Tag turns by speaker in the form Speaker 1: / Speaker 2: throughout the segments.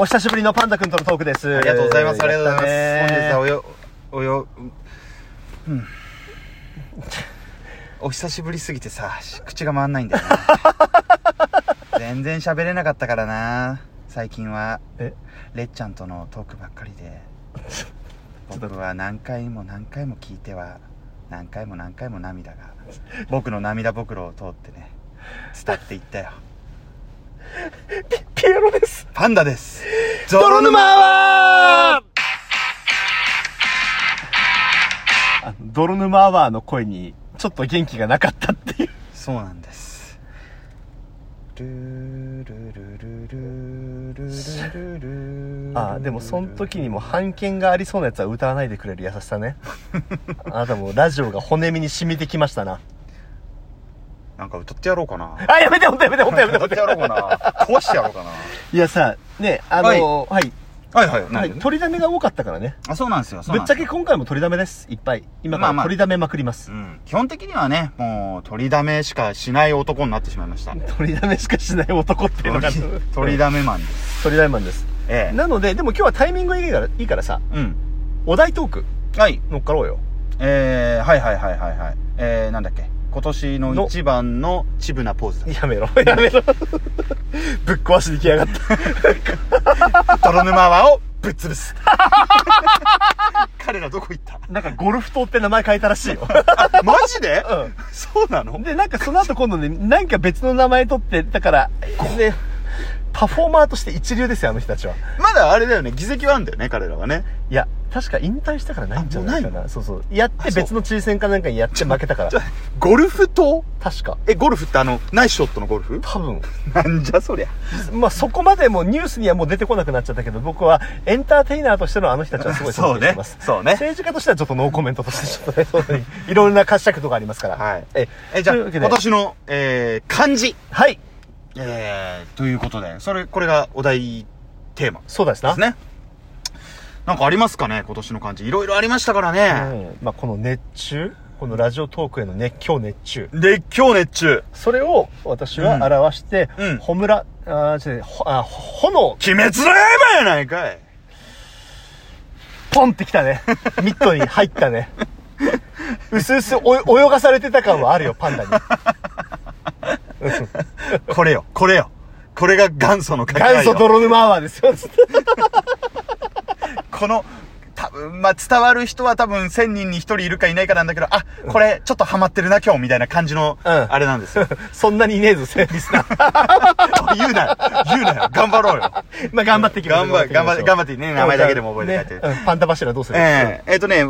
Speaker 1: お久しぶりのパンダくんとのトークです。
Speaker 2: ありがとうございます。ありがとうございます。本日はお
Speaker 1: やったね
Speaker 2: よ、およ、うん。 お久しぶりすぎてさ、し口が回んないんだよね。 全然喋れなかったからな、最近は。
Speaker 1: え
Speaker 2: れっちゃんとのトークばっかり で。僕は何回も何回も聞いては、何回も何回も涙が、僕の涙袋を通って ね、伝っていったよ。
Speaker 1: ピエロです。
Speaker 2: パンダです
Speaker 1: 泥沼アワーあの泥沼アワーの声に、ちょっと元気がなかったっていう。
Speaker 2: そうなんですルールルルルルルルルル
Speaker 1: ああ、でもその時にも判権がありそうなやつは歌わないでくれる優しさ ね。あなたもうラジオが骨身に染みてきましたな。
Speaker 2: なんか歌ってやろうかな
Speaker 1: あ、やめて、ほんとやめて、ほんとやめて、ほ
Speaker 2: 歌っ
Speaker 1: ん
Speaker 2: て
Speaker 1: と
Speaker 2: やろうかな壊してやろうかない
Speaker 1: やさ、ね、あのー、はい。
Speaker 2: はいはい
Speaker 1: はい、取りだめが多かったからね。
Speaker 2: あそうなんですよそう
Speaker 1: ぶっ
Speaker 2: なん
Speaker 1: ち
Speaker 2: で
Speaker 1: ゃ
Speaker 2: す
Speaker 1: け今回も取りだめです。いっぱい。今か
Speaker 2: まあ
Speaker 1: ら
Speaker 2: まあ
Speaker 1: 取りだめまくります。
Speaker 2: うん基本的にはねもう取りだめしかしない男になってしまいました
Speaker 1: 取りだめしかしない男っていうのが、
Speaker 2: 取り取りだめマンです
Speaker 1: 取りだめマンです。
Speaker 2: ええ
Speaker 1: なので、でも今日はタイミングがいいからいいからさ、
Speaker 2: うん
Speaker 1: お題トーク
Speaker 2: はい
Speaker 1: 乗っかろうよ。
Speaker 2: えー、はいはいはいはいはいえー、なんだっけ今年の一番のチブなポーズだ
Speaker 1: やめ ろ、やめ ろ。ぶっ壊しに来やがった。
Speaker 2: 泥沼泡をぶっ 潰す彼らどこ行った
Speaker 1: なんかゴルフ島って名前変えたらしいよ。
Speaker 2: あマジで、
Speaker 1: うん
Speaker 2: そうなの
Speaker 1: で、なんかその後今度ね、なんか別の名前取って、だから、ね、パフォーマーとして一流ですよ、あの人たちは。
Speaker 2: まだあれだよね議席はあんだよね彼らはね
Speaker 1: いや、確か引退したからないんじゃないか
Speaker 2: あも
Speaker 1: な。そうそう。やって
Speaker 2: あそう
Speaker 1: 別の抽選かなんかにやって負けたから
Speaker 2: じゃ。あゴルフと
Speaker 1: 確か。
Speaker 2: えゴルフってあのナイスショットのゴルフ
Speaker 1: 多分。
Speaker 2: なんじゃそりゃ
Speaker 1: まあそこまでもうニュースにはもう出てこなくなっちゃったけど、僕はエンターテイナーとしてのあの人たちはすごい尊敬してます。
Speaker 2: そうねそうね
Speaker 1: 政治家としてはちょっとノーコメントとしてちょっとね、そういういろんな貸し尺とかありますから。
Speaker 2: はい
Speaker 1: え、
Speaker 2: えじゃあ
Speaker 1: というわけで
Speaker 2: 今年の、えー、漢字
Speaker 1: はい。
Speaker 2: えー、ということでそれこれがお題テーマで
Speaker 1: そうですな。
Speaker 2: すねなんかありますかね今年の漢字いろいろありましたから
Speaker 1: う
Speaker 2: ね、
Speaker 1: ん。まあこの熱中、このラジオトークへの熱狂熱中。
Speaker 2: で今日熱中
Speaker 1: それを私は
Speaker 2: うん
Speaker 1: 表して、
Speaker 2: うん
Speaker 1: ほむら、あー、ちょっとねほあ、ほ炎、
Speaker 2: 鬼滅の刃やないかい
Speaker 1: ポンってきた ね。ミットに入ったね。うすうすお泳がされてた感はあるよ、パンダに。
Speaker 2: これよ、これよ。これが元祖の書き
Speaker 1: 元祖
Speaker 2: よ。
Speaker 1: 泥沼アワーですよ、つって。
Speaker 2: この、多分、まあ、伝わる人は多分1000人に1人いるかいないかなんだけど、あ、これちょっとハマってるな今日みたいな感じの、
Speaker 1: うん
Speaker 2: あれなんですよ。
Speaker 1: そんなにいねえぞ、セービスな。
Speaker 2: 言うなよ、言うなよ、頑張ろうよ。
Speaker 1: まあ、頑張っていきましょう。
Speaker 2: 頑張頑張って頑張ってね名前だけでも覚えて帰
Speaker 1: ね
Speaker 2: って
Speaker 1: うんパンダ柱どうする
Speaker 2: えええっとね、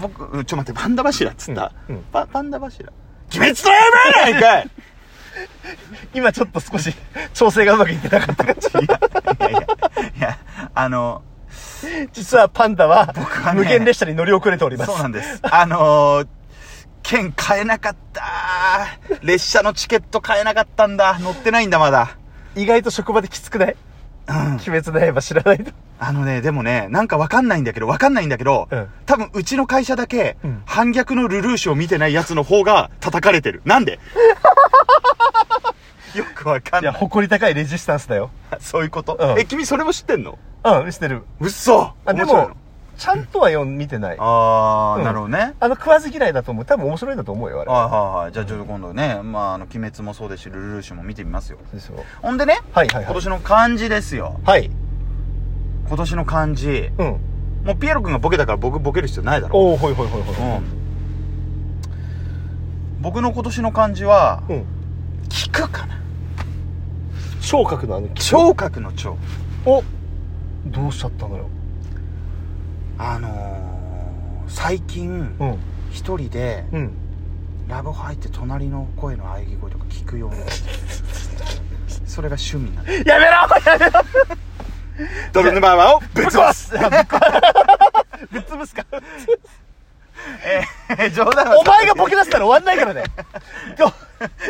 Speaker 2: 僕、うんちょっと待って、パンダ柱っつった。
Speaker 1: うんうん
Speaker 2: パパンダ柱。鬼滅の刃やな いかい
Speaker 1: 今ちょっと少し、 調整がうまくいってなかった感じ。
Speaker 2: いやいや、いや、あの、
Speaker 1: 実はパンダは
Speaker 2: は、ね
Speaker 1: 無限列車に乗り遅れております。
Speaker 2: そうなんです。あのー、券買えなかった。列車のチケット買えなかったんだ。乗ってないんだ、まだ。
Speaker 1: 意外と職場できつくない鬼滅の刃知らないと。
Speaker 2: あのね、でもね、なんかわかんないんだけど、わかんないんだけど、
Speaker 1: うん
Speaker 2: 多分うちの会社だけ、
Speaker 1: うん
Speaker 2: 反逆のルルーシュを見てない奴の方が叩かれてる。なん でよくわかん
Speaker 1: い
Speaker 2: な
Speaker 1: や、
Speaker 2: い。
Speaker 1: 誇り高いレジスタンスだよ。
Speaker 2: そういうこと、
Speaker 1: うん
Speaker 2: え、君それも知ってんの
Speaker 1: うん、してる。
Speaker 2: 嘘
Speaker 1: あ、で
Speaker 2: 面白い
Speaker 1: も
Speaker 2: の、
Speaker 1: ちゃんとは読ん見てない。
Speaker 2: あー、
Speaker 1: うん
Speaker 2: なるほどね。
Speaker 1: あの、食わず嫌いだと思う。多分面白いんだと思うよ、あれ。
Speaker 2: はいはいはい。じゃあちょっと今度ね、まあ、あの、鬼滅もそうですし、ルルーシュも見てみますよ。
Speaker 1: でしょ
Speaker 2: ほんでね、
Speaker 1: はいはいはい
Speaker 2: 今年の漢字ですよ。
Speaker 1: はい。
Speaker 2: 今年の漢字。
Speaker 1: うん。
Speaker 2: もうピエロ君がボケたから僕ボケる必要ないだろ。
Speaker 1: おー、ほいほいほいほい。
Speaker 2: うん。僕の今年の漢字は、
Speaker 1: うん。
Speaker 2: 聞くかな。
Speaker 1: 聴覚のあの、
Speaker 2: 聴覚の聴。
Speaker 1: おどうしちゃったのよ。
Speaker 2: あのー、最近、
Speaker 1: うん。
Speaker 2: 一人で、
Speaker 1: うん。
Speaker 2: ラブホ入って隣の声の喘ぎ声とか聞くようになった。それが趣味なの。
Speaker 1: やめろやめろ
Speaker 2: ドルヌマーマをぶっ 壊す
Speaker 1: ぶっ潰すか。
Speaker 2: えー冗談は
Speaker 1: お前がボケ出したら終わんないから ね。ど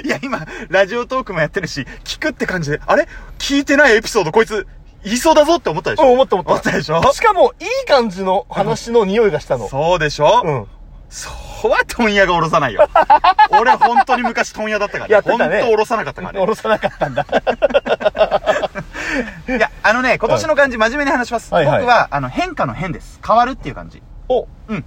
Speaker 2: いや、今、ラジオトークもやってるし、聞くって感じで、あれ聞いてないエピソード、こいつ、言いそうだぞって思ったでし
Speaker 1: うん、
Speaker 2: ょ
Speaker 1: 思った思った。
Speaker 2: 思ったでしょ
Speaker 1: しかも、いい感じの話の匂いがしたの。
Speaker 2: そうでしょ
Speaker 1: うん。
Speaker 2: そうは問屋がおろさな いよ。俺、本当に昔問屋だったか
Speaker 1: や
Speaker 2: ら、
Speaker 1: ってた
Speaker 2: 本
Speaker 1: ね
Speaker 2: 当おろさなかったから
Speaker 1: お
Speaker 2: ね。
Speaker 1: ろさなかったんだ。
Speaker 2: いや、あのね、今年の漢字、真面目に話します。
Speaker 1: はいはい
Speaker 2: 僕は、あの、変化の変です。変わるっていう漢字。
Speaker 1: お、
Speaker 2: うん。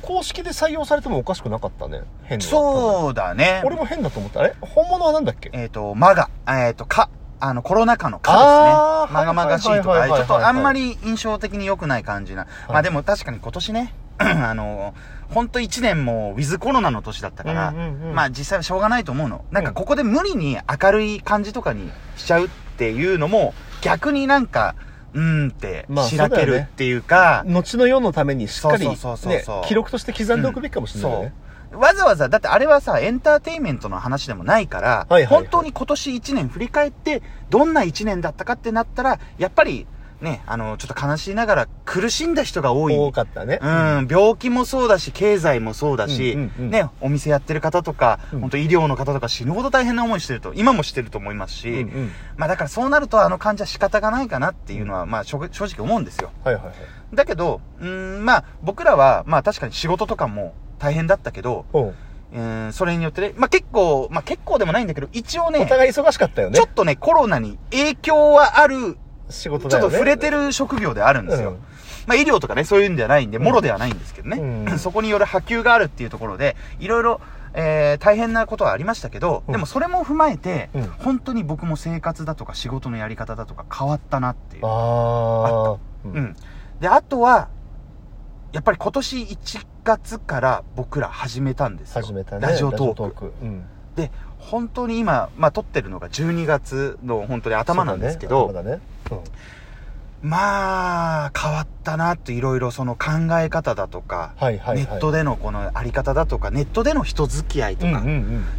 Speaker 1: 公式で採用されてもおかしくなかったね。変な。う。
Speaker 2: そうだね。
Speaker 1: 俺も変だと思った。あれ本物はなんだっけ
Speaker 2: えっ、と、マガ、えっ、と、か、あの、コロナ禍のか
Speaker 1: あ
Speaker 2: です
Speaker 1: ー
Speaker 2: ね。まがまがしいと
Speaker 1: はいはいはいは
Speaker 2: か、ち
Speaker 1: いはい
Speaker 2: ょっとあんまり印象的に良くない感じな。まあでも確かに今年ね、 あの、ほんと1年もウィズコロナの年だったから、
Speaker 1: うんうんうん
Speaker 2: まあ実際はしょうがないと思うの。なんかここで無理に明るい感じとかにしちゃうっていうのも、逆になんか、うーんって
Speaker 1: まあ、
Speaker 2: しらけるっていうか、
Speaker 1: 後の世のためにしっかり、
Speaker 2: そうそうそうそう
Speaker 1: ね
Speaker 2: そう、
Speaker 1: 記録として刻んでおくべきかもしれないね。
Speaker 2: そう。わざわざ、だってあれはさ、エンターテインメントの話でもないから、
Speaker 1: はいはいはい
Speaker 2: 本当に今年1年振り返って、どんな1年だったかってなったら、やっぱり、ね、あの、ちょっと悲しいながら苦しんだ人が多い。
Speaker 1: 多かったね。
Speaker 2: うん、病気もそうだし、経済もそうだし、
Speaker 1: うんうんうん
Speaker 2: ね、お店やってる方とか、
Speaker 1: うん
Speaker 2: 本当医療の方とか死ぬほど大変な思いしてると、今もしてると思いますし、
Speaker 1: うんうん
Speaker 2: まあだからそうなるとあの患者仕方がないかなっていうのは、まあ正正直思うんですよ。
Speaker 1: はいはいはい。
Speaker 2: だけど、うーん、まあ、僕らは、まあ確かに仕事とかも大変だったけど、
Speaker 1: うん
Speaker 2: うーん、それによってね、まあ結構、まあ結構でもないんだけど、一応
Speaker 1: お
Speaker 2: ね、
Speaker 1: 互い忙しかったよね
Speaker 2: ちょ。っとね、コロナに影響はある、
Speaker 1: 仕
Speaker 2: ち
Speaker 1: 事
Speaker 2: ょっ
Speaker 1: だよ
Speaker 2: と
Speaker 1: ね。
Speaker 2: 触れて
Speaker 1: る
Speaker 2: る職業であるんですよ。まあ医療とかね、そういうんじゃないんで、もろではないんですけどね、
Speaker 1: うん
Speaker 2: そこによる波及があるっていうところで、いろいろ、えー、大変なことはありましたけど、
Speaker 1: うん
Speaker 2: でもそれも踏まえて、
Speaker 1: うん
Speaker 2: 本当に僕も生活だとか仕事のやり方だとか変わったなっていう。
Speaker 1: ああ。
Speaker 2: う
Speaker 1: うん
Speaker 2: ん。で、あとは、やっぱり今年1月から僕ら始めたんですよ。
Speaker 1: 始めたね。
Speaker 2: ラジオトーク。
Speaker 1: ク。うん。
Speaker 2: で、本当に今、まあ撮ってるのが12月の本当に頭なんですけど、
Speaker 1: そうだね。頭だね
Speaker 2: まあ、変わったなといろいろその考え方だとか、
Speaker 1: はいはいはい。
Speaker 2: ネット
Speaker 1: で
Speaker 2: でのこのあり方だとか、ネットでの人付き合いと
Speaker 1: うん
Speaker 2: か、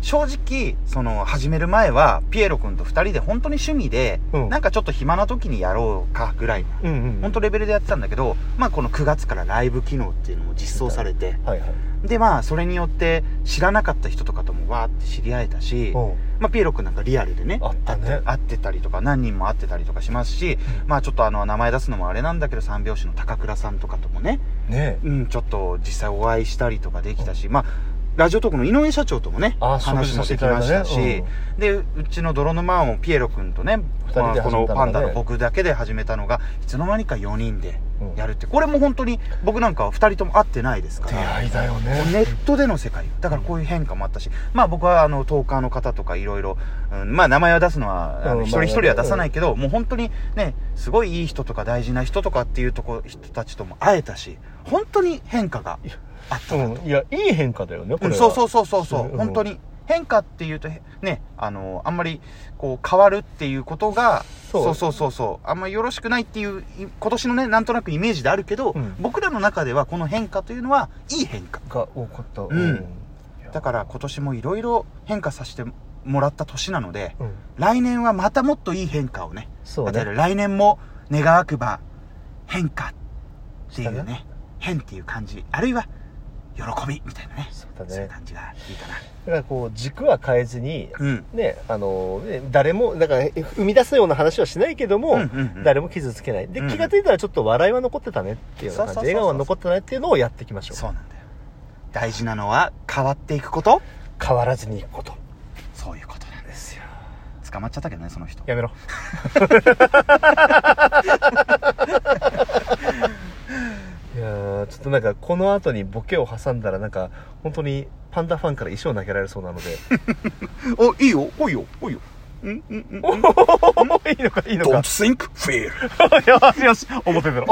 Speaker 2: 正直、その、始める前は、ピエロ君と二人で本当に趣味で、
Speaker 1: うんうん。
Speaker 2: なんかちょっと暇な時にやろうかぐらいな
Speaker 1: うんうん。
Speaker 2: 本当レベルでやってたんだけど、まあ、この9月からライブ機能っていうのも実装されて、
Speaker 1: はいはい。
Speaker 2: でまあそれによって知らなかった人とかともわーって知り合えたし、
Speaker 1: うん
Speaker 2: まあ、ピエロ君なんかリアルでね
Speaker 1: あったね
Speaker 2: 会ってたりとか何人も会ってたりとかしますし、
Speaker 1: うん
Speaker 2: まあちょっとあの名前出すのもあれなんだけど三拍子の高倉さんとかともね、
Speaker 1: ねえ。
Speaker 2: うん、ちょっと実際お会いしたりとかできたし、まあラジオトークの井上社長ともね、
Speaker 1: あー
Speaker 2: 話もできました
Speaker 1: 食事さ
Speaker 2: し、
Speaker 1: せていただいたね
Speaker 2: で、うちの泥沼もピエロ君とね、
Speaker 1: 二人で
Speaker 2: まあこ
Speaker 1: 始
Speaker 2: の
Speaker 1: めたのがね
Speaker 2: パンダの僕だけで始めたのが、いつの間にか4人で
Speaker 1: うん
Speaker 2: やるって、これも本当に僕なんかは2人とも会ってないですか
Speaker 1: 出
Speaker 2: ら。
Speaker 1: 会いだよね。
Speaker 2: ネットでの世界だからこういう変化もあったし、まあ僕はあの、トーカーの方とかいろいろ、うんまあ名前は出すのは、あ
Speaker 1: うん
Speaker 2: の一人一人は出さないけど、もう本当にね、すごいいい人とか大事な人とかっていうとこ、人たちとも会えたし、本当に変化があったなと。
Speaker 1: うん。いや、いい変化だよね、こ
Speaker 2: うん
Speaker 1: れ。
Speaker 2: そうそうそうそうそう、
Speaker 1: うん
Speaker 2: 本当に。変化っていうとへ、ね、あの、あんまり、こう、変わるっていうことが、
Speaker 1: そう
Speaker 2: そうそうそうそう、あんまりよろしくないっていう、い今年のね、なんとなくイメージであるけど、
Speaker 1: うん
Speaker 2: 僕らの中ではこの変化というのは、いい変化。
Speaker 1: う。が多かった。
Speaker 2: んだから今年もいろいろ変化させてもらった年なので、
Speaker 1: ら、うん。
Speaker 2: 来年はまたもっといい変化をね、
Speaker 1: そう
Speaker 2: 与え
Speaker 1: ね。
Speaker 2: る。来年も願わくば、変化っていう
Speaker 1: した
Speaker 2: ね、変っていう感じ、あるいは、喜びみたいなね。
Speaker 1: そうだ
Speaker 2: そうい
Speaker 1: ね。だ
Speaker 2: う
Speaker 1: か
Speaker 2: 感じがいいか
Speaker 1: らこう、軸は変えずに、
Speaker 2: な。うん。
Speaker 1: ね、あの、ね誰も、だから、生み出すような話はしないけども、誰も傷つけない。で、
Speaker 2: うん
Speaker 1: 気がついたらちょっと笑いは残ってたねっていうような感じ
Speaker 2: そうそうそうそう
Speaker 1: で、笑顔は残ってないっていうのをやっていきましょう。
Speaker 2: そうなんだよ大事なのは変わっていくこと
Speaker 1: 変わらずにいくこと。
Speaker 2: そういうことなんです
Speaker 1: よ
Speaker 2: 捕まっちゃったけどねその人
Speaker 1: やめろ。 いやーちょっとなんかこの後にボケを挟んだらなんか本当にパンダファンから衣装投げられそうなの で
Speaker 2: おいいよおいよおいようんうんうん
Speaker 1: おーいいのかいいのか
Speaker 2: think fear
Speaker 1: よしよし表出ろ